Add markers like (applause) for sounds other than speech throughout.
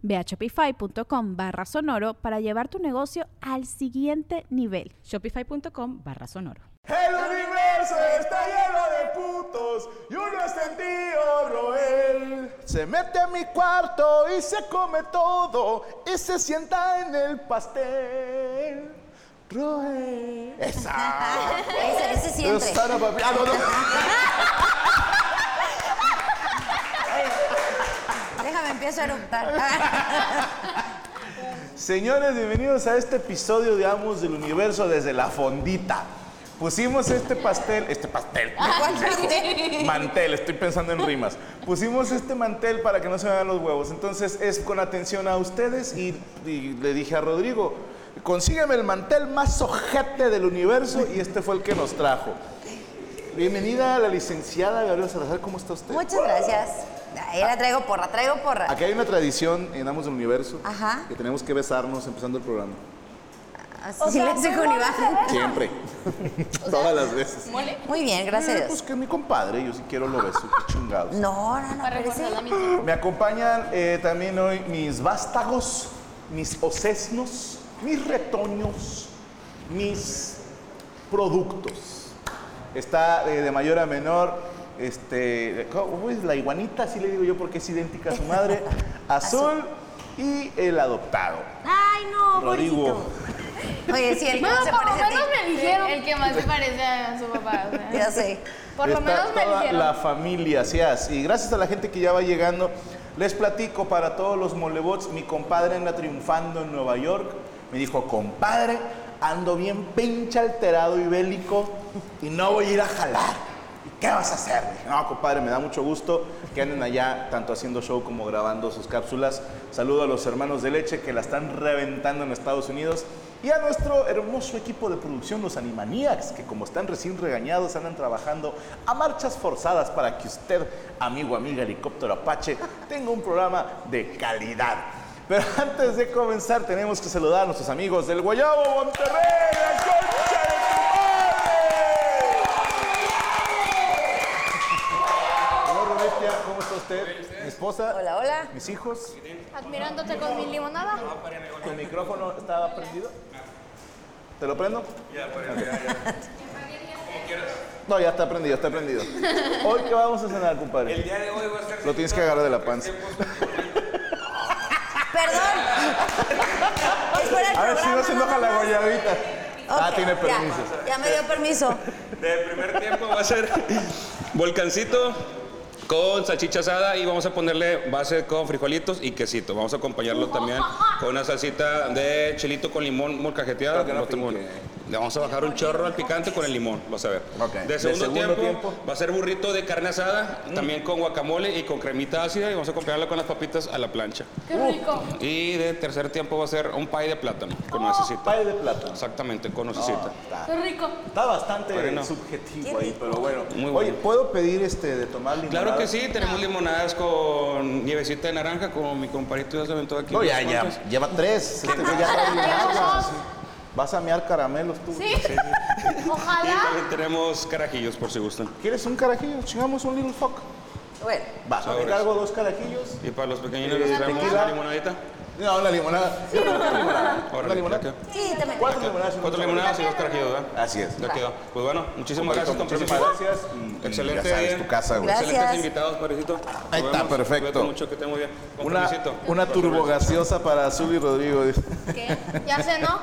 Ve a shopify.com barra sonoro para llevar tu negocio al siguiente nivel. Shopify.com barra sonoro. El universo está lleno de putos y uno es el tío Roel. Se mete a mi cuarto y se come todo y se sienta en el pastel. Roel. Esa. (laughs) Ese, ese siempre. Esa no, papi. Ah, no, no. Déjame, empiezo a eructar. (laughs) Señores, bienvenidos a este episodio de Amos del Universo desde la fondita. Pusimos este pastel, este pastel, ¿Cuál pastel? mantel, estoy pensando en rimas. Pusimos este mantel para que no se me vean los huevos. Entonces es con atención a ustedes y, y le dije a Rodrigo, consígueme el mantel más ojete del universo y este fue el que nos trajo. Bienvenida a la licenciada Gabriela Salazar, ¿cómo está usted? Muchas gracias. Ahí la traigo porra, traigo porra. Aquí hay una tradición en Amos del Universo Ajá. que tenemos que besarnos empezando el programa. Así le hace con Iván. Siempre. (laughs) Todas las veces. Muy bien, gracias a Eh, Pues Dios. que mi compadre, yo si quiero lo beso, qué chingados. pues, No, no, no. pero sí. Me acompañan eh, también hoy mis vástagos, mis ocesnos, mis retoños, mis productos. Está eh, de mayor a menor, este, ¿cómo es? la iguanita, así le digo yo porque es idéntica a su madre, azul y el adoptado. Ay, no, Rodrigo. Oye, sí, el que no Bueno, se por lo parece a menos ti. me eligieron. El que más se parece a su papá. o sea. Ya sé. por lo Está menos me toda eligieron. La familia, así es. Y gracias a la gente que ya va llegando, les platico para todos los molebots, mi compadre anda triunfando en Nueva York. Me dijo, compadre, ando bien pinche alterado y bélico y no voy a ir a jalar. ¿Y ¿Qué vas a hacer? Le dije, no, compadre, me da mucho gusto que anden allá, tanto haciendo show como grabando sus cápsulas. Saludo a los hermanos de leche que la están reventando en Estados Unidos. Y a nuestro hermoso equipo de producción, los Animaniacs, que como están recién regañados, andan trabajando a marchas forzadas para que usted, amigo, amiga, helicóptero Apache, tenga un programa de calidad. Pero antes de comenzar, tenemos que saludar a nuestros amigos del Guayabo Monterrey, la concha de tu madre. Señor Robetia, ¿cómo está usted? Mi esposa. Hola, hola. Mis hijos. Admirándote con mi limonada. ¿Tu micrófono estaba prendido? ¿Te lo prendo? Ya, pues, No, ya está prendido, está prendido. ¿Hoy qué vamos a cenar, compadre? El día de hoy va a ser. Lo tienes que agarrar de la panza. Perdón. es para el A ver si programa, no se enoja la nada más. guayabita. Ah, Ok, tiene ya, permiso. Ya, me dio permiso. De primer tiempo va a ser volcancito con salchicha asada y vamos a ponerle base con frijolitos y quesito. Vamos a acompañarlo también con una salsita de chilito con limón molcajeteada. Pero que no No tengo- pique. Le vamos a bajar un chorro al picante con el limón, vas a ver. Ok. De De segundo, segundo tiempo, tiempo. Mm. va a ser burrito de carne asada, también con guacamole y con cremita ácida y vamos a acompañarlo con las papitas a la plancha. Qué rico. Y de tercer tiempo va a ser un pay de plátano con nuecesita. Pay de plátano. Exactamente, con nuecesita. Está, Qué rico. está bastante Bueno. subjetivo ahí, pero bueno. Muy Oye, bueno. ¿puedo pedir este de tomar limonada? Claro que sí, tenemos limonadas con nievecita de naranja, como mi compadrito ya se aventó aquí. No, ya, unas ya. cuantas. Lleva tres. Este güey ya trae limonada. Vas a mear caramelos tú. Sí. Y Ojalá. también tenemos carajillos, por si gustan. ¿Quieres un carajillo? Chingamos un little fuck. Bueno, Va, Sobres. me cargo dos carajillos. Y para los pequeños Eh, les traemos tequila. una limonadita. No, una limonada. Yo creo que una limonada. Órale, Una ya limonada. quedó. sí, también. Cuatro limonadas. y un Cuatro sabor. limonadas y dos carajillos, ¿verdad? Así es. Ya quedó. Pues bueno, muchísimas Compadrito, gracias, con muchísimas permiso. gracias. y- y Excelente. Ya sabes, tu casa, güey. Gracias. Excelentes invitados, parecito. Ahí está, perfecto. mucho, que esté muy bien. Con Una, permisito. una turbogaseosa para Azul y Rodrigo. dice. ¿Qué? Ya sé, ¿no?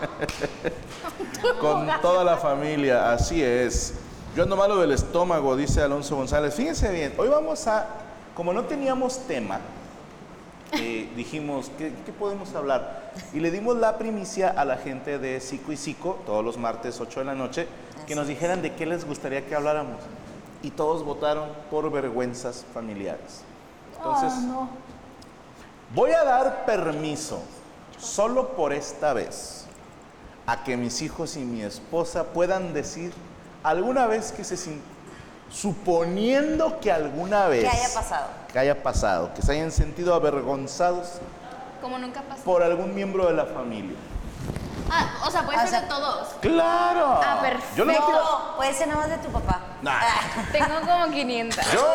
Con toda la familia, así es. Yo ando malo del estómago, dice Alonso González. Fíjense bien, hoy vamos a, como no teníamos tema, eh, dijimos, ¿qué, qué podemos hablar? Y le dimos la primicia a la gente de Psico y Psico, todos los martes 8 de la noche, que nos dijeran de qué les gustaría que habláramos. Y todos votaron por vergüenzas familiares. Entonces, Ah, voy a dar permiso, solo por esta vez, a que mis hijos y mi esposa puedan decir alguna vez que se sin- suponiendo que alguna vez Que haya pasado. que haya pasado, que se hayan sentido avergonzados Como nunca pasó. por algún miembro de la familia. Ah, o sea, puede O ser sea- de todos. Claro. Ah, Yo no No, quiero- puede ser nada más de tu papá. Nah. Tengo como 500. Yo,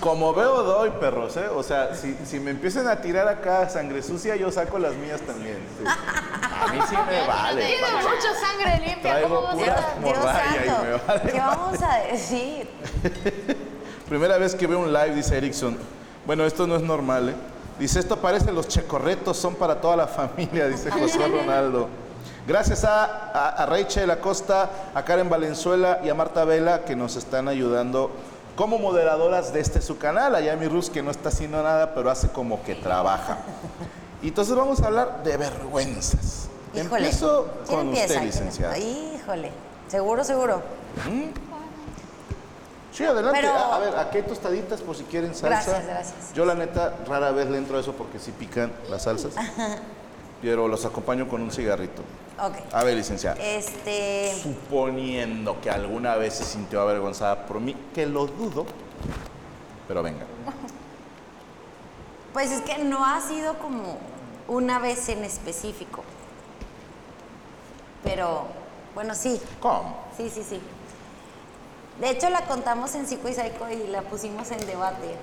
como veo, doy perros, ¿eh? O sea, si, si me empiezan a tirar acá sangre sucia, yo saco las mías también. sí. A mí sí me vale. Tiene vale. mucha sangre limpia. Traigo ¿Cómo vas pura- a...? Dios Morralla y santo, me vale ¿qué vamos a decir? Primera vez que veo un live, dice Erickson. Bueno, esto no es normal, ¿eh? Dice, esto parece los checorretos, son para toda la (laughs) familia, dice José Ronaldo. Gracias a, a, a Rachel Acosta, a Karen Valenzuela y a Marta Vela que nos están ayudando como moderadoras de este su canal. Allá mi Rus que no está haciendo nada, pero hace como que trabaja. Y entonces vamos a hablar de vergüenzas. Híjole. Empiezo ¿Quién con empieza? usted, ¿Quién- licenciada. Híjole. Seguro, seguro. Sí, adelante. Pero- a, a ver, aquí hay tostaditas por si quieren salsa. Gracias, gracias. Yo la neta rara vez le entro a eso porque sí pican las salsas. pero los acompaño con un cigarrito. Ok. A ver, licenciada. Este. Suponiendo que alguna vez se sintió avergonzada por mí, que lo dudo, pero venga. Pues es que no ha sido como una vez en específico. Pero, bueno, sí. ¿Cómo? Sí, sí, sí. De hecho, la contamos en Psico y Psycho y la pusimos en debate.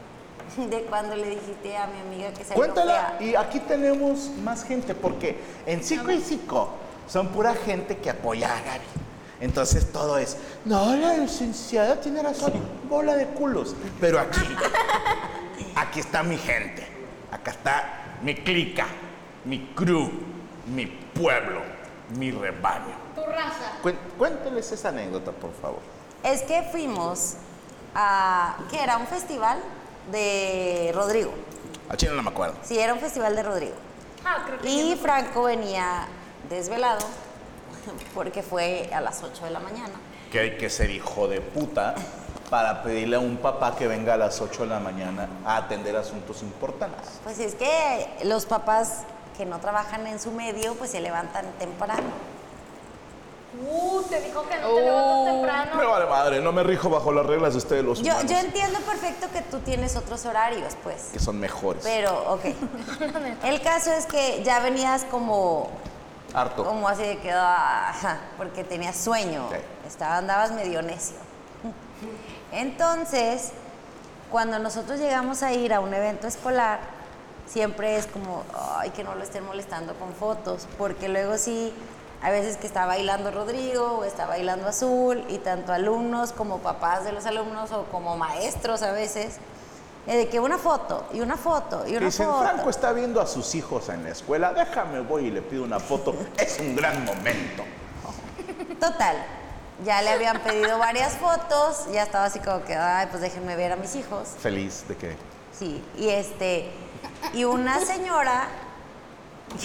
(laughs) De cuando le dijiste a mi amiga que se Cuéntala, y aquí tenemos más gente, porque en Psico y Psico son pura gente que apoya a Gaby. Entonces todo es, no, la licenciada tiene razón, bola de culos. Pero aquí, aquí está mi gente, acá está mi clica, mi crew, mi pueblo, mi rebaño. Tu raza. Cuen- Cuénteles esa anécdota, por favor. Es que fuimos a. que era un festival de Rodrigo. A Chino no me acuerdo. Sí, era un festival de Rodrigo. Ah, creo que Y Franco venía desvelado porque fue a las 8 de la mañana. que hay que ser hijo de puta para pedirle a un papá que venga a las 8 de la mañana a atender asuntos importantes. Pues es que los papás que no trabajan en su medio, pues se levantan temprano. Uh, te dijo que no te levantas temprano. Me vale madre, no me rijo bajo las reglas de ustedes los Yo, humanos, yo entiendo perfecto que tú tienes otros horarios, pues. que son mejores. Pero, ok. El caso es que ya venías como, Harto. como así de que, "Ah", ajá, porque tenías sueño. Sí. Estaba, andabas medio necio. Entonces, cuando nosotros llegamos a ir a un evento escolar, siempre es como, ay, que no lo estén molestando con fotos, porque luego sí, a veces que está bailando Rodrigo o está bailando Azul, y tanto alumnos como papás de los alumnos o como maestros a veces, eh, de que una foto y una foto y Que una dicen, foto. Franco está viendo a sus hijos en la escuela, déjame, voy y le pido una (laughs) foto. es un gran momento. Total, ya le habían pedido varias fotos, ya estaba así como que, ay, pues déjenme ver a mis hijos. Feliz de que... Sí, y este, y una señora,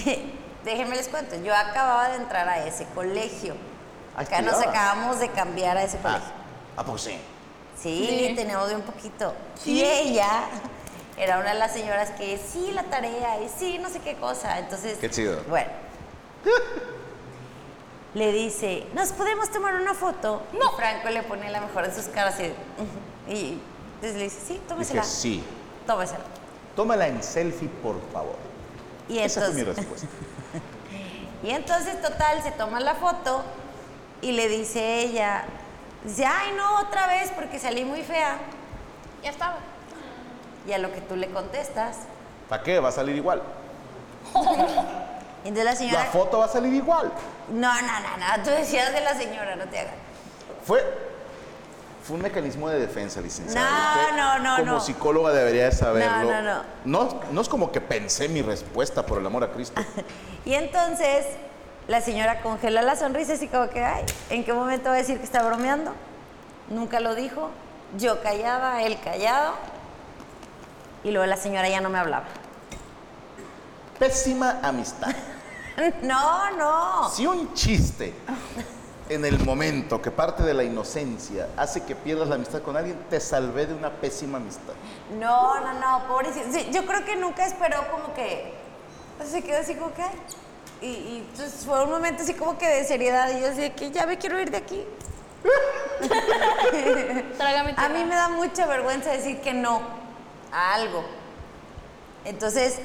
que, déjenme les cuento, yo acababa de entrar a ese colegio. Ah, Acá nos estudiabas. acabamos de cambiar a ese colegio. ¿A poco Ah, pues sí? Sí, tenemos de un poquito. Y ella era una de las señoras que sí, la tarea, y sí, no sé qué cosa. Entonces, Qué chido. (laughs) Bueno. le dice, ¿nos podemos tomar una foto? No. Franco le pone la mejor de sus caras y, y entonces le dice, sí, tómesela. Dije, sí. Tómesela. Tómala en selfie, por favor. Y Esa fue mi entonces, respuesta. y entonces, total, se toma la foto y le dice ella, dice, ay, no, otra vez porque salí muy fea. Ya estaba. Y a lo que tú le contestas. ¿Para qué? Va a salir igual. (laughs) Y entonces la La señora... foto va a salir igual. No, no, no, no, tú decías de la señora, no te hagas. Fue, fue un mecanismo de defensa, licenciada. No, Usted, no, no, Como no. psicóloga debería de saberlo. No, no, no. No, no es como que pensé mi respuesta, por el amor a (laughs) Cristo. Y entonces la señora congela la sonrisa así como que, ay, ¿en qué momento va a decir que está bromeando? Nunca lo dijo. Yo callaba, él callado. Y luego la señora ya no me hablaba. (laughs) Pésima amistad. No, no. Si un chiste en el momento que parte de la inocencia hace que pierdas la amistad con alguien, te salvé de una pésima amistad. No, no, no, pobrecito. Sí, yo creo que nunca esperó como que. pues, Se quedó así como que. "Ay". Y, y entonces fue un momento así como que de seriedad. Y yo así de que ya me quiero ir de aquí. Trágame A tierra. mí me da mucha vergüenza decir que no a algo. Entonces,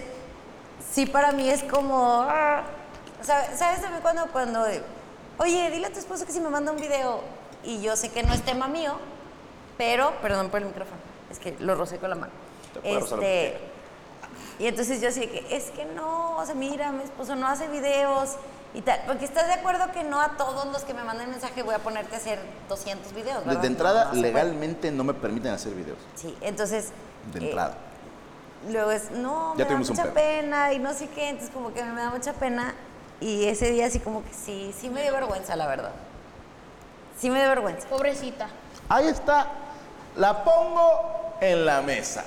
sí para mí es como... ah, ¿sabe- ¿Sabes también cuando, cuando... eh, Oye, dile a tu esposo que si me manda un video y yo sé que no es tema mío, pero... Perdón por el micrófono, es que lo rocé con la mano. Te puede rozar lo que Este, y entonces yo así de que, es que no, o sea, mira, mi esposo no hace videos y tal. Porque estás de acuerdo que no a todos los que me manden mensaje voy a ponerte a hacer 200 videos, ¿verdad? Desde entrada, No se puede. legalmente no me permiten hacer videos. Sí, entonces... De eh, entrada. luego es, no, Ya me da tuvimos un mucha pedo. pena y no sé qué, entonces como que me da mucha pena. Y ese día así como que sí, sí me dio vergüenza, la verdad. Sí me dio vergüenza. Pobrecita. Ahí está. La pongo en la mesa.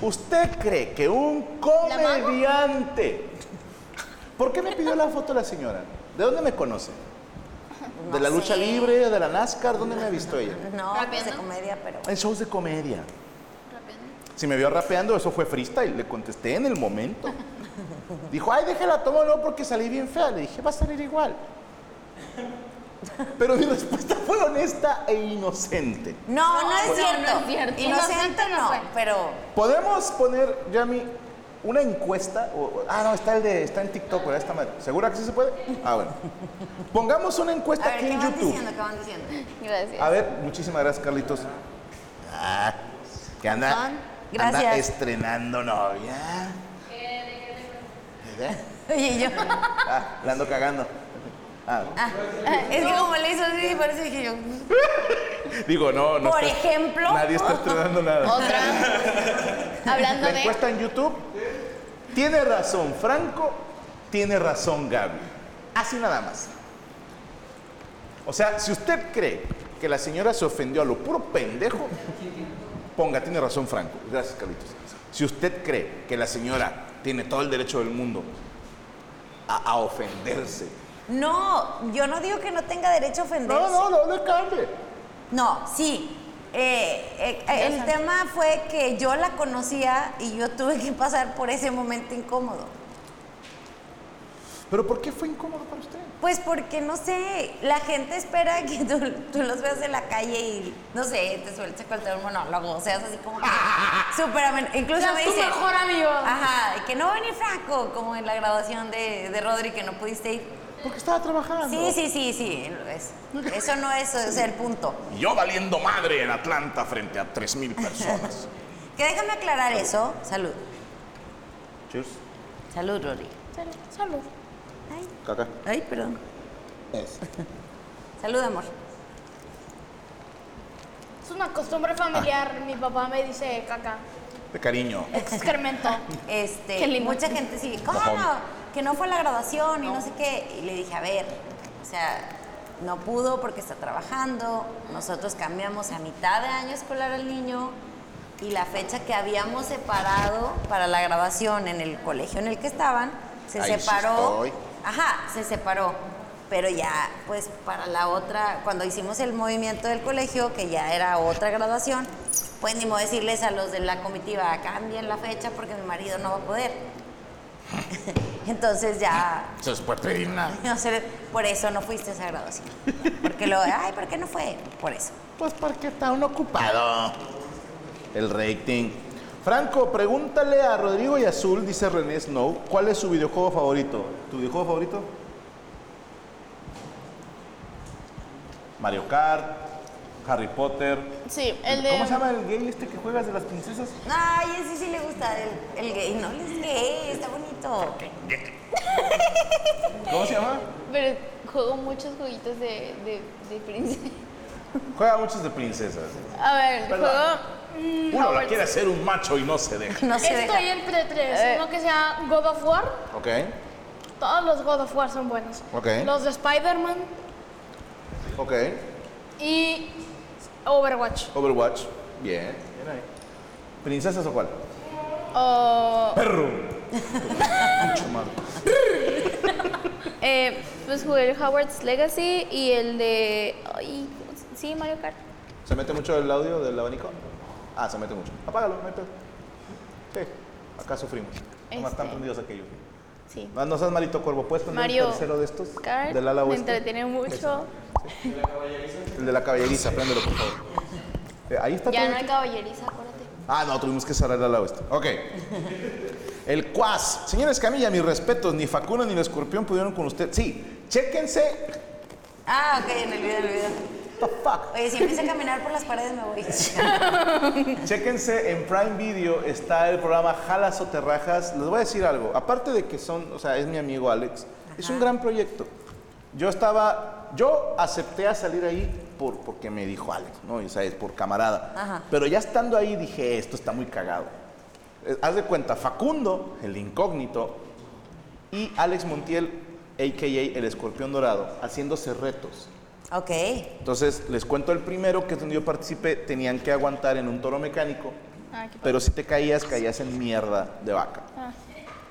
¿Usted cree que un comediante... ¿Por qué me pidió la foto la señora? ¿De dónde me conoce? ¿De No la lucha sé. libre? ¿De la NASCAR? ¿Dónde me ha visto ella? No, pues de Rapeando. comedia, pero... En shows de comedia. Si me vio rapeando, eso fue freestyle. Le contesté en el momento. Dijo, ay, déjela, tómalo porque salí bien fea. Le dije, va a salir igual. Pero mi respuesta fue honesta e inocente. No, no, es no, cierto. no es cierto. Inocente Inocente no no, fue. pero... ¿Podemos poner, Yami, una encuesta? O- o- ah, no, está, el de, está en TikTok, ¿verdad? Esta madre. ¿Segura que sí se puede? Ah, bueno. Pongamos una encuesta A ver, aquí ¿qué en van YouTube. diciendo? ¿Qué van diciendo? (laughs) Gracias. A ver, muchísimas gracias, Carlitos. Ah, que anda, Son. anda Gracias. estrenando novia. ¿Verdad? Oye, yo... Ah, la ando cagando. Ah, es que como le hizo así, parece que yo... digo, no, no. Por estás- ejemplo. Nadie está estrenando nada. (laughs) Otra. Hablando La de. encuesta en YouTube. Tiene razón Franco, tiene razón Gaby. Así nada más. O sea, si usted cree que la señora se ofendió a lo puro pendejo, ponga, tiene razón Franco. Gracias, Carlitos. Si usted cree que la señora tiene todo el derecho del mundo a, a ofenderse. (laughs) No, yo no digo que no tenga derecho a ofenderse. No, no, no, no le cambie. No, sí. Eh, eh, eh, el tema fue que yo la conocía y yo tuve que pasar por ese momento incómodo. Pero ¿por qué fue incómodo para usted? Pues porque, no sé, la gente espera que tú, tú los veas en la calle y, no sé, te sueltes contar un monólogo, o sea, es así como que (laughs) súper ameno. Incluso Seas me tu dice... mejor amigo. Ajá, y que no va a venir Franco, como en la graduación de, de Rodri, que no pudiste ir. Porque estaba trabajando. Sí, sí, sí, sí, es- eso no es, es el punto. Y Yo valiendo madre en Atlanta frente a 3.000 personas. Que déjame aclarar eso. Salud. Cheers. Salud, Rodri. Salud, Salud. Ay. Caca. Ay, perdón. Es. Salud, amor. Es una costumbre familiar. Mi papá me dice caca. De cariño. (laughs) Excremento. Este, Qué lindo. mucha gente sí, ¿cómo? Mojón. Que no fue a la graduación y no sé qué. Y le dije, a ver, o sea, no pudo porque está trabajando. Nosotros cambiamos a mitad de año escolar al niño y la fecha que habíamos separado para la graduación en el colegio en el que estaban se Ahí sí separó. estoy. Ajá, se separó. Pero ya, pues para la otra, cuando hicimos el movimiento del colegio, que ya era otra graduación, pues ni modo decirles a los de la comitiva, cambien la fecha porque mi marido no va a poder. (laughs) Entonces ya, (laughs) Eso es puertorina. no sé, por eso no fuiste a esa graduación. Porque lo, ay, ¿por qué no fue? Por eso. Pues porque está uno ocupado. El rating. Franco, pregúntale a Rodrigo y Azul, dice René Snow, ¿cuál es su videojuego favorito? ¿Tu videojuego favorito? Mario Kart, Harry Potter. Sí, el de. ¿Cómo se llama el game este que juegas de las princesas? Ay, ese sí le gusta el, el gay, no él es gay, está bonito. ¿Cómo se llama? Pero juego muchos jueguitos de, de, de princesa. Juega muchos de princesas. A ver, Perdón. juego. mm, Uno la favoritos. quiere hacer un macho y no se deja. No se deja. Eh. Estoy entre tres. Uno que sea God of War. Ok, Todos los God of War son buenos. Ok. Los de Spider-Man ok. y Overwatch. Overwatch. Bien. Bien ahí. ¿Princesas o cuál? O, Perro. Mucho más. (laughs) eh, pues jugué el Howard's Legacy y el de... ay, ¿cómo se- sí, Mario Kart. ¿Se mete mucho el audio del abanico? Ah, se mete mucho. Apágalo, no hay pedo. Sí, acá sufrimos. Nomás están Este. prendidos aquellos. Sí. No, no seas malito, Corvo. ¿Puedes poner Mario el tercero de estos? Kart del ala me oeste. entretiene mucho. El de la caballeriza, préndelo, por favor. Eh, ahí está Ya todo. no hay caballeriza, acuérdate. Ah, no, tuvimos que cerrar al lado este. (laughs) Ok. El Quas. Señores Camilla, mis respetos. Ni Facundo ni el escorpión pudieron con usted. Sí, chéquense. Ah, ok, en el video, en el video. The fuck. Oye, si empiezo a caminar por las paredes me voy. (laughs) Chéquense, en Prime Video está el programa Jalas o Terrajas. Les voy a decir algo. Aparte de que son, o sea, es mi amigo Alex, es un gran proyecto. Yo estaba, yo acepté a salir ahí por, porque me dijo Alex, ¿no? Y, o sea, es por camarada. Ajá. Pero ya estando ahí dije, esto está muy cagado. Eh, Haz de cuenta, Facundo, el incógnito, y Alex Montiel, a.k.a. el escorpión dorado, haciéndose retos. ok. Entonces, les cuento el primero, que es donde yo participé, tenían que aguantar en un toro mecánico, Ah, qué padre. pero si te caías, caías en mierda de vaca.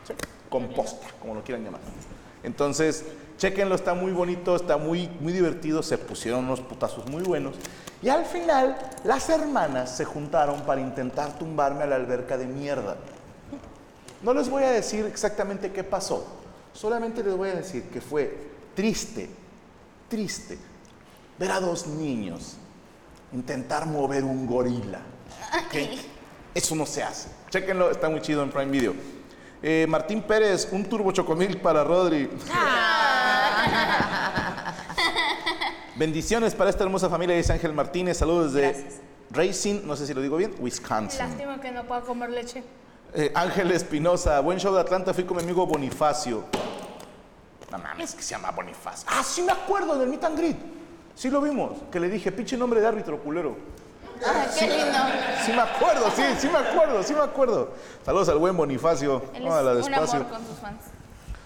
Sí, Composta, como lo quieran llamar. Entonces, chequenlo, está muy bonito, está muy, muy divertido, se pusieron unos putazos muy buenos. Y al final, las hermanas se juntaron para intentar tumbarme a la alberca de mierda. No les voy a decir exactamente qué pasó, solamente les voy a decir que fue triste, triste, ver a dos niños intentar mover un gorila. ¿ok? Eso no se hace. Chéquenlo, está muy chido en Prime Video. Eh, Martín Pérez, un turbo chocomil para Rodri. Bendiciones para esta hermosa familia, dice Ángel Martínez. Saludos desde Racing, no sé si lo digo bien, Wisconsin. Lástima que no pueda comer leche. Eh, Ángel Espinosa, buen show de Atlanta, fui con mi amigo Bonifacio. No mames, que se llama Bonifacio. Ah, sí me acuerdo del meet and greet. Sí lo vimos, que le dije, pinche nombre de árbitro culero. Ah, qué lindo. Sí me acuerdo, sí, sí me acuerdo, sí me acuerdo. Saludos al buen Bonifacio. Él es Hola, un despacio. amor con sus fans.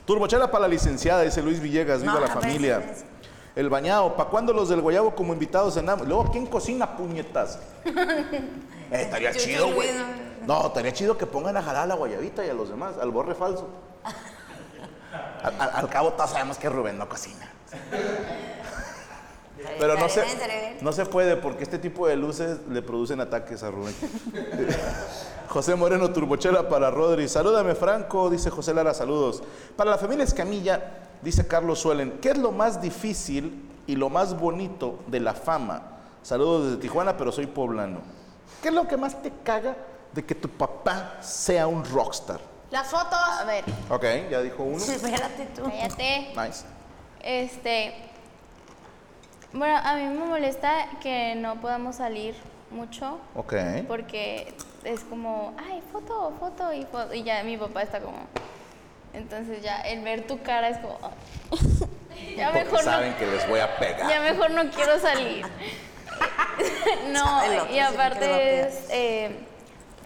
Turbochela para la licenciada, dice Luis Villegas, viva No, la a ver, familia. a ver. El bañado, ¿para cuándo los del Guayabo como invitados en Am- Luego, ¿quién cocina (laughs) puñetas? Eh, estaría Yo chido, soy güey. Luis, No, estaría chido que pongan a jalar a la guayabita y a los demás, al borre (laughs) falso. Al, al- al cabo todos sabemos que Rubén no cocina. Pero no se, Estaría bien, estaría bien. (laughs) no se puede porque este tipo de luces le producen ataques a Rubén. (laughs) José Moreno Turbochela para Rodri. Salúdame, Franco, dice José Lara, saludos. Para la familia Escamilla, dice Carlos Suelen, ¿qué es lo más difícil y lo más bonito de la fama? Saludos desde Tijuana, pero soy poblano. ¿Qué es lo que más te caga de que tu papá sea un rockstar? Las fotos. A ver, Ok, ya dijo uno. Espérate tú. cállate. Nice. Este. Bueno, a mí me molesta que no podamos salir mucho Ok. porque es como, ay, foto, foto y foto. Y ya mi papá está como. Entonces ya el ver tu cara es como. (laughs) ay, ya Porque mejor saben no. que les voy a pegar. Ya mejor no quiero (laughs) salir. Chale, no, y pues, sí que le va a aparte pegar. es eh,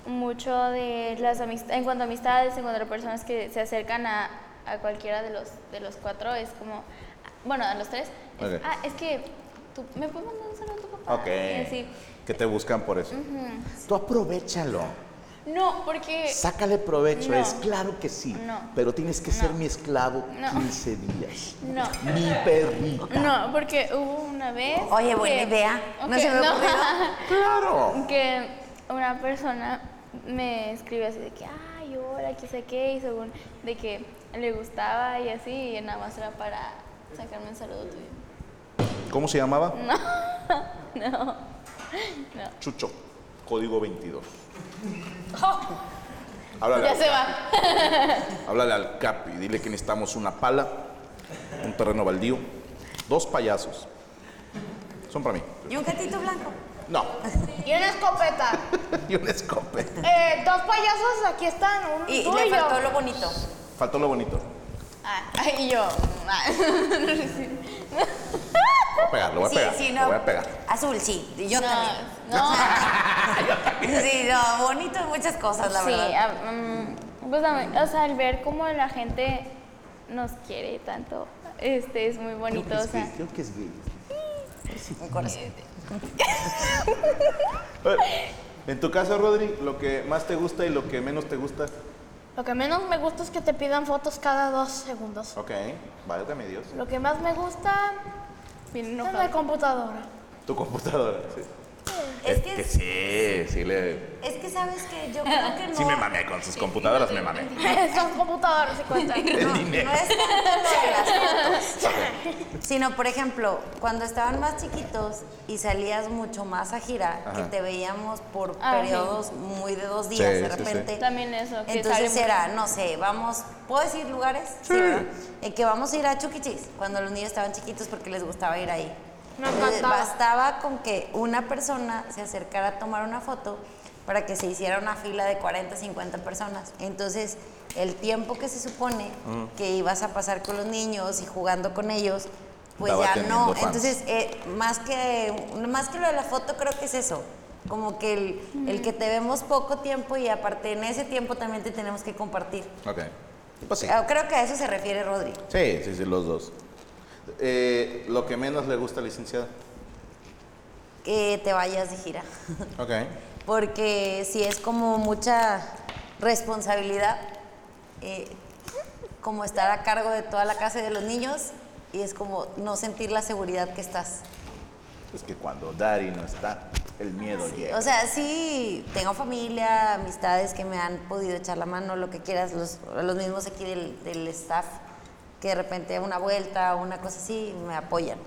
mucho de las amistades, en cuanto a amistades, en cuanto a personas que se acercan a, a cualquiera de los, de los cuatro, es como, bueno, a los tres, es, Ok. ah, es que, tú, ¿me puedes mandar un saludo a tu papá? Ok. Y así. Que te buscan por eso. Tú aprovechalo. No, porque... Sácale provecho. Eh, No. Es claro que sí. No. Pero tienes que No. ser mi esclavo No. 15 días. No. Mi perrita. No, porque hubo una vez... Oye, buena idea. No Ok, se me no. ocurrió. (laughs) Claro. que una persona me escribe así de que, ay, hola, que sé qué, y según de que le gustaba y así, y nada más era para sacarme un saludo tuyo. (laughs) ¿Cómo se llamaba? No, Chucho. Código 22. Háblale, ya al, se va. háblale al Capi. Dile que necesitamos una pala, un terreno baldío, dos payasos. Son para mí. Y un gatito blanco. No. (laughs) Y una escopeta. Y un escopeta. Eh, dos payasos aquí están, uno Y, y tú le y yo. faltó lo bonito. Faltó lo bonito. Ah, y yo, ah, Lo voy a pegar, lo voy a sí, pegar. sí, Lo no. voy a pegar. Azul, sí. y Yo también. (laughs) no, no, Sí, no, bonito en muchas cosas, la sí, verdad. ah, mm, pues, a mí, o sea, al ver cómo la gente nos quiere tanto, este, es muy bonito, o sea, Creo que es gay. Mi corazón. En tu caso, Rodri, lo que más te gusta y lo que menos te gusta. Lo que menos me gusta es que te pidan fotos cada dos segundos. Ok, válgame Dios. Lo que más me gusta Bien es la enojado. computadora. Tu computadora, sí. Es que, es sí, sí le... que sabes que yo creo (laughs) que no. Sí me (laughs) mamé con sus computadoras, me mamé. Son computadoras y cuentan. El No, dinero. no es tanto de las fotos, sino por ejemplo, cuando estaban más chiquitos y salías mucho más a gira, que te veíamos por Ah, sí. periodos muy de dos días Sí, de sí, sí. repente. También eso, que Entonces sale era, no sé, vamos, ¿puedo decir lugares? Sí. ¿verdad? En que vamos a ir a Chuquichis cuando los niños estaban chiquitos porque les gustaba ir ahí. Me Entonces, encantaba. bastaba con que una persona se acercara a tomar una foto para que se hiciera una fila de 40, 50 personas. Entonces, el tiempo que se supone que ibas a pasar con los niños y jugando con ellos, pues Estaba ya teniendo no. fans. Entonces, eh, más, que, más que lo de la foto, creo que es eso. Como que el, el que te vemos poco tiempo y aparte en ese tiempo también te tenemos que compartir. Ok. Pues sí. Eh, Creo que a eso se refiere Rodri. Sí, sí, sí, los dos. Eh, lo que menos le gusta, licenciada. Que te vayas de gira. (laughs) Ok. Porque si es como mucha responsabilidad, eh, como estar a cargo de toda la casa y de los niños, y es como no sentir la seguridad que estás. Es que cuando Dari no está, el miedo llega. O sea, sí, tengo familia, amistades que me han podido echar la mano, lo que quieras, los, los mismos aquí del, del staff, que de repente una vuelta o una cosa así, me apoyan.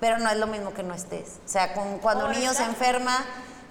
Pero no es lo mismo que no estés. O sea, con- cuando un niño se enferma,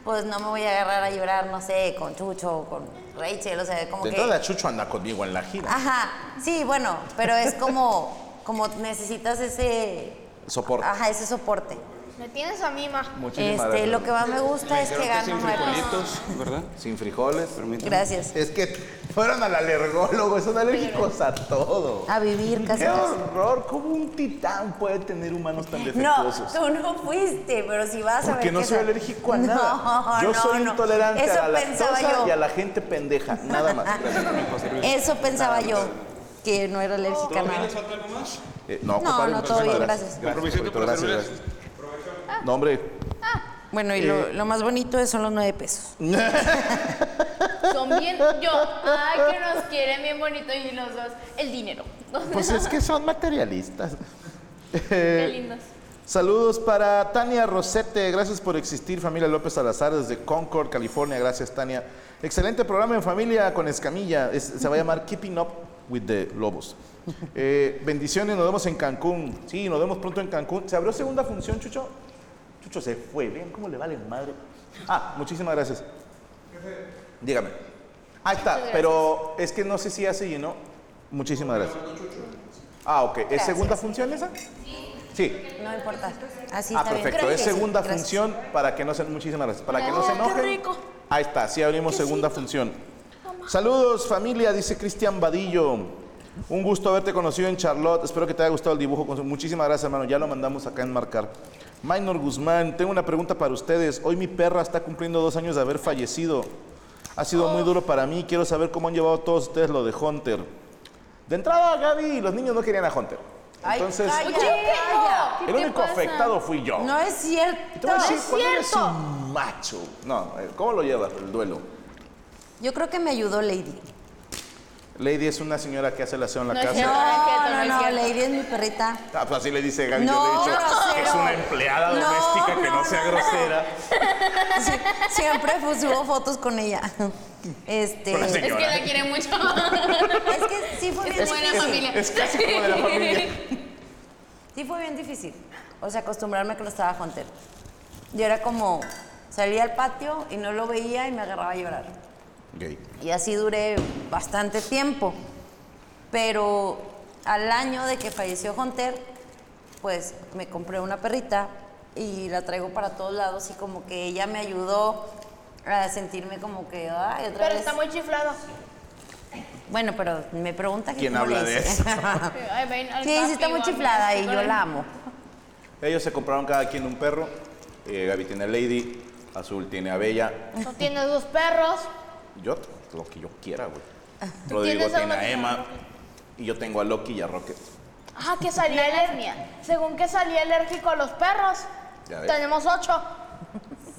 pues no me voy a agarrar a llorar, no sé, con Chucho o con Rachel, o sea, como De que... entrada, Chucho anda conmigo en la gira. Ajá, sí, bueno, pero es como, como necesitas ese... Soporte. Ajá, ese soporte. Me tienes a mí, ma. Muchísimas Este, gracias. lo que más me gusta es que Creo que gano sin nuevas. frijolitos, ¿verdad? Sin frijoles. Permítame. Gracias. Es que fueron al alergólogo, son alérgicos a todo. A vivir casi. ¡Qué casi. horror! ¿Cómo un titán puede tener humanos tan No, defectuosos? tú no fuiste, pero si vas a ver. Porque no que soy sa- alérgico a No, nada. Yo no, soy no. intolerante Eso a la pensaba lactosa yo. y a la gente pendeja. Nada (laughs) más. Gracias. Eso pensaba yo, que no era alérgica a ¿Todavía nada. les falta algo más? Eh, no, No, compadre, no, muchísimas todo bien, gracias. Compromisito Jorgito, por gracias, servirles. gracias. No, (laughs) hombre. Bueno, y lo, Eh, lo más bonito es- son los nueve pesos. Son bien, yo, ay, que nos quieren bien bonito y los dos, el (laughs) dinero. Pues es que son materialistas. Eh, Qué lindos. Saludos para Tania Rosete, gracias por existir, familia López Salazar desde Concord, California, gracias Tania. Excelente programa en familia con Escamilla, Es- se va a llamar Keeping Up with the Lobos. Eh, bendiciones, nos vemos en Cancún, sí, nos vemos pronto en Cancún. ¿Se abrió segunda función, Chucho? Chucho se fue, vean cómo le vale madre. Ah, muchísimas gracias. Dígame. Ahí está, pero es que no sé si ya se llenó. Muchísimas gracias. Ah, ok, ¿es segunda función esa? Sí. No importa. Así Ah, está bien. perfecto. Es Sí, segunda gracias. función para que no se muchísimas gracias. Para que no se qué enojen. rico. Ahí está, sí abrimos segunda función. Saludos familia, dice Cristian Vadillo. Un gusto haberte conocido en Charlotte. Espero que te haya gustado el dibujo. Con- Muchísimas gracias, hermano. Ya lo mandamos acá a enmarcar. Minor Guzmán, tengo una pregunta para ustedes. Hoy mi perra está cumpliendo dos años de haber fallecido. Ha sido muy duro para mí. Quiero saber cómo han llevado todos ustedes lo de Hunter. De entrada, Gaby, los niños no querían a Hunter. Ay, Entonces, calla, calla. el único afectado fui yo. No es Y cierto. te voy a decir, cuando eres un macho. No, eh, ¿cómo lo llevas el duelo? Yo creo que me ayudó Lady. Lady es una señora que hace la aseo en la No es casa. cierto. No, no no, es no, cierto. Lady es mi perrita. Ah, pues así le dice Gaby, yo No, le he dicho, grosero. es una empleada No, doméstica que no, no, sea no, no. grosera. Sí, siempre pues, subo fotos con ella. Este, Con la es Es que (laughs) la quieren mucho. que sí fue bien Es buena difícil. familia. ¿eh? Es casi como de la familia. Sí fue bien difícil. O sea, acostumbrarme que lo estaba Hunter. Yo era como, salía al patio y no lo veía y me agarraba a llorar. Gay. Y así duré bastante tiempo. Pero al año de que falleció Hunter, pues me compré una perrita y la traigo para todos lados y como que ella me ayudó a sentirme como que, ay, otra (laughs) Pero vez. está muy chiflado. Bueno, pero me pregunta que ¿Quién cómo le habla de hice. (laughs) eso? Ay, ven al Ah. Sí, sí está papi, muy mami, chiflada y con yo el- la amo. Ellos se compraron cada quien un perro. Eh, Gaby tiene a Lady, Azul tiene a Bella. Tú tienes dos perros. Yo, lo que yo quiera, güey. Rodrigo tienes a tiene una a que se llama Emma. Y yo tengo a Loki y a Rocket. Ah, que salía aler- Según que salía alérgico a los perros. Ya ves. Tenemos ocho.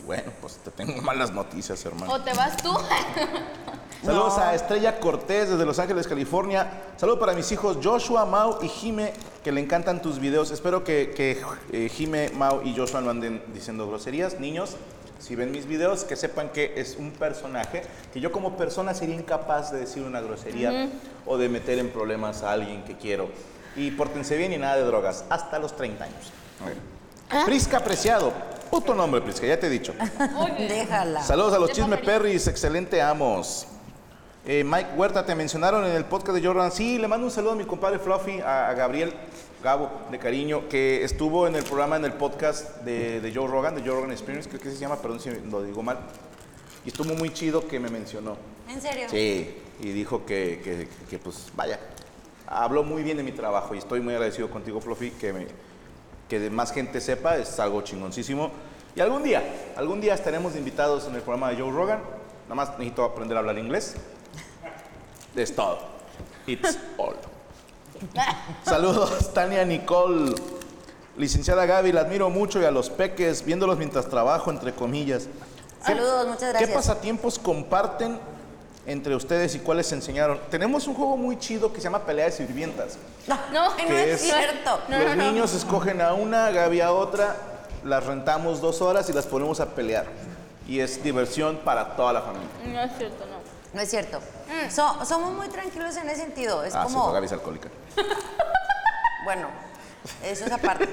Bueno, pues (laughs) tengo malas noticias, hermano. O te vas tú. Saludos a Estrella Cortés desde Los Ángeles, California. Saludos para mis hijos Joshua, Mau y Jime, que le encantan tus videos. Espero que, que eh, Jime, Mau y Joshua no anden diciendo groserías. Niños, si ven mis videos, que sepan que es un personaje que yo como persona sería incapaz de decir una grosería o de meter en problemas a alguien que quiero. Y pórtense bien y nada de drogas, hasta los 30 años. Prisca Preciado. Puto nombre, Prisca, ya te he dicho. Déjala. Saludos a los chisme perris, excelente amos. Eh, Mike Huerta, te mencionaron en el podcast de Jordan. Sí, le mando un saludo a mi compadre Fluffy, a, a Gabriel Gabo, de cariño, que estuvo en el programa, en el podcast de, de Joe Rogan, de Joe Rogan Experience, creo que se llama, perdón si lo digo mal. Y estuvo muy chido que me mencionó. ¿En serio? Sí, y dijo que, que- que, pues vaya, habló muy bien de mi trabajo y estoy muy agradecido contigo, Fluffy, que, me, que de más gente sepa, es algo chingoncísimo. Y algún día, algún día estaremos invitados en el programa de Joe Rogan. Nada más necesito aprender a hablar inglés. Es todo. It's all. Saludos, Tania Nicole. Licenciada Gaby, la admiro mucho y a los peques, viéndolos mientras trabajo, entre comillas. Saludos, muchas gracias. ¿Qué pasatiempos comparten entre ustedes y cuáles se enseñaron? Tenemos un juego muy chido que se llama Pelea de Sirvientas. No, no ¿Qué es? es cierto. No, Los no, no. niños escogen a una, Gaby a otra, las rentamos dos horas y las ponemos a pelear. Y es diversión para toda la familia. No es cierto, no. No es cierto. Mm. So- somos muy tranquilos en ese sentido. Es ah, sí, como, Gaby es alcohólica. bueno, eso (laughs) es aparte.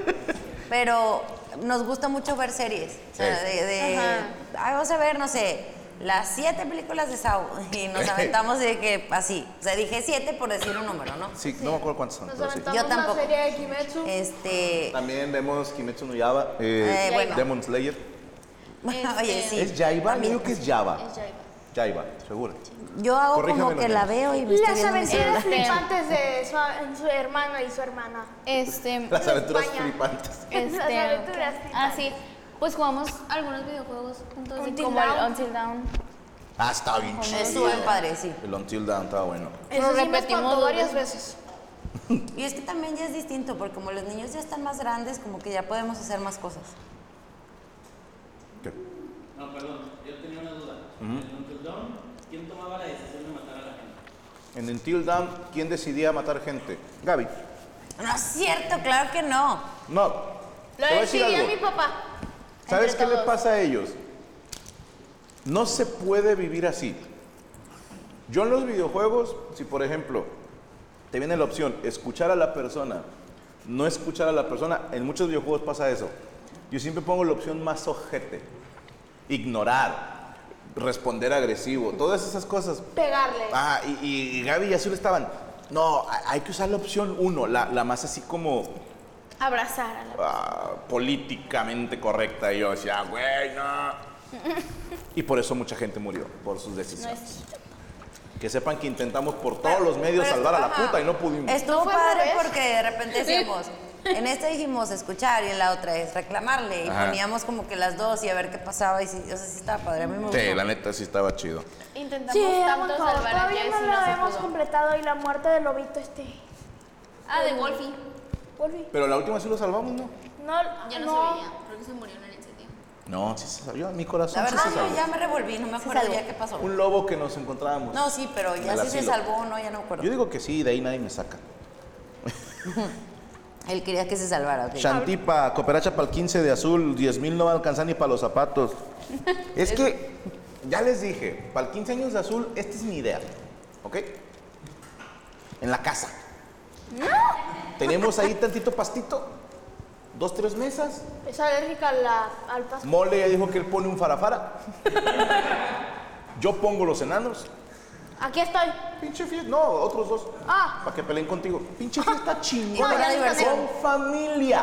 Pero nos gusta mucho ver series. O sea, Sí. de, de- Ajá. "Ay, vamos a ver, no sé, las siete películas de Sao. (laughs) Y nos aventamos de que así. O sea, dije siete por decir un número, ¿no? Sí, no me acuerdo cuántos son. Nos pero sí. aventamos Yo una tampoco. serie de Kimetsu. Este. (laughs) También vemos Kimetsu no Yaba, eh, Eh, bueno. Demon Slayer. Oye, sí. Este, ¿Es Yaiba? A mí- Creo que es Yaba. Es Jaiba. Yaiba, seguro. Yo hago Corríjamelo, como que la Diana. veo y me estoy Las viendo mi celular. aventuras Este. flipantes de su, en su hermana y su hermana. (laughs) Este. Las aventuras España. flipantes. Este, Las aventuras flipantes. Ah, sí. Pues jugamos algunos videojuegos juntos, así Until como el Dawn. Until Down. Ah, está bien Estuvo bien padre, sí. El Until Dawn estaba bueno. Eso Lo sí me repetimos espantó dos varias veces. Y es que también ya es distinto, porque como los niños ya están más grandes, como que ya podemos hacer más cosas. ¿Qué? En Until Dawn, ¿quién decidía matar gente? Gaby. No es cierto, claro que no. No. Lo Te voy a decir decidí a algo. mi papá. ¿Sabes Entre qué le todos. pasa a ellos? No se puede vivir así. Yo en los videojuegos, si por ejemplo te viene la opción escuchar a la persona, no escuchar a la persona, en muchos videojuegos pasa eso. Yo siempre pongo la opción más ojete. Ignorar, responder agresivo, todas esas cosas. Pegarle. Ah, y, y- y Gaby y Azul estaban, no, ha- hay que usar la opción uno, la, la más así como Abrazar a la ah, políticamente correcta. Y yo decía, güey, no. (laughs) y por eso mucha gente murió, por sus decisiones. Que sepan que intentamos por todos los medios Pero salvar a la ajá. puta y no pudimos. Estuvo fue padre al revés. porque de repente decíamos, en esta dijimos escuchar y en la otra es reclamarle. Y Ajá. poníamos como que las dos y a ver qué pasaba. Y sí, o sea, sí estaba padre. A mí me gustó. Sí, la neta sí estaba chido. Intentamos Sí, tanto vamos, salvar a todavía Jesse, no no se lo hemos pudo. completado y la muerte del lobito este. Ah, de Wolfie. Volví. Pero la última sí lo salvamos, ¿no? No, Ya no, se no. veía. Creo que se murió en el incendio. No, sí se salió. Mi corazón La sí verdad, se yo salvó. ya me revolví, no me acuerdo ya qué pasó. Un lobo que nos encontrábamos. No, sí, pero ya el si se asilo. salvó o no, ya no me acuerdo. Yo digo que sí, de ahí nadie me saca. Él quería que se salvara, ok. Chantipa, cooperacha para el 15 de azul, 10 mil no alcanzan ni para los zapatos. Es que, ya les dije, para el 15 años de azul, esta es mi idea, ¿ok? En la casa. Tenemos ahí tantito pastito, dos, tres mesas, Es alérgica a la, al pasto. Mole ya dijo que él pone un farafara. Yo pongo los enanos. Aquí estoy. Pinche fiesta, no, otros dos. Ah. Para que peleen contigo. Pinche fiesta No, chingona. Ah. ya diversión. con familia.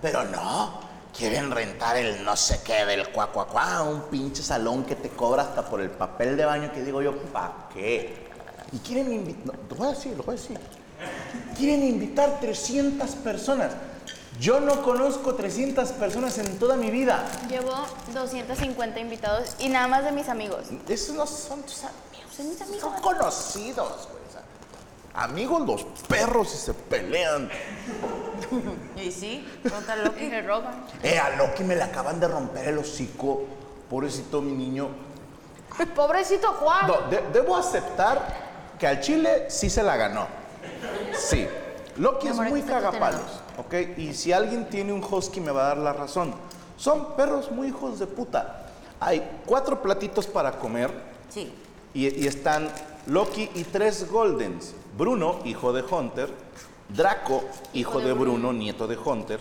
Pero no, quieren rentar el no sé qué del cuacuacuá, un pinche salón que te cobra hasta por el papel de baño que digo yo, ¿pa' qué? Y quieren invitar, lo voy a decir, lo voy a decir. Quieren invitar 300 personas. Yo no conozco 300 personas en toda mi vida. Llevo 250 invitados y nada más de mis amigos. Esos no son tus amigos, Son mis amigos. son conocidos, güey. o sea, Amigos los perros y se pelean. Y sí, no tan loco. Y le roban. Eh, a Loki me le acaban de romper el hocico pobrecito mi niño. Pobrecito Juan. No, de- debo aceptar que al Chile sí se la ganó. Sí. Loki Mi es amor, muy aquí está tu cagapalos, ¿ok? Y si alguien tiene un husky me va a dar la razón. Son perros muy hijos de puta. Hay cuatro platitos para comer. Sí. Y, y están Loki y tres Goldens. Bruno, hijo de Hunter. Draco, hijo de Bruno, nieto de Hunter.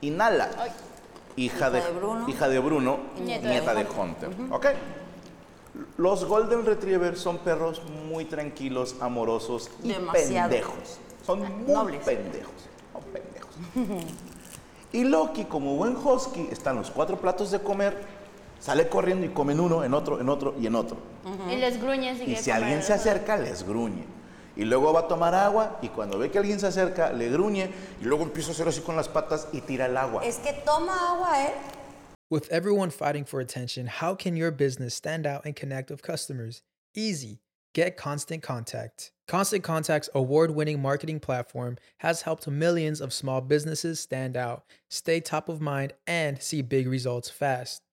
Y Nala, hija Hijo de, de Bruno. hija de Bruno, Y nieto de nieta de Hunter. ¿Ok? Los Golden Retrievers son perros muy tranquilos, amorosos y Demasiado. pendejos. Son muy nobles. pendejos. Son pendejos. (laughs) Y Loki, como buen husky, están los cuatro platos de comer, sale corriendo y comen uno, en otro, en otro y en otro. Y les gruñe así Y que si alguien se acerca, les gruñe. Y luego va a tomar agua y cuando ve que alguien se acerca, le gruñe y luego empieza a hacer así con las patas y tira el agua. Es que toma agua, ¿eh? With everyone fighting for attention, how can your business stand out and connect with customers? Easy. Get Constant Contact. Constant Contact's award winning marketing platform has helped millions of small businesses stand out, stay top of mind, and see big results fast.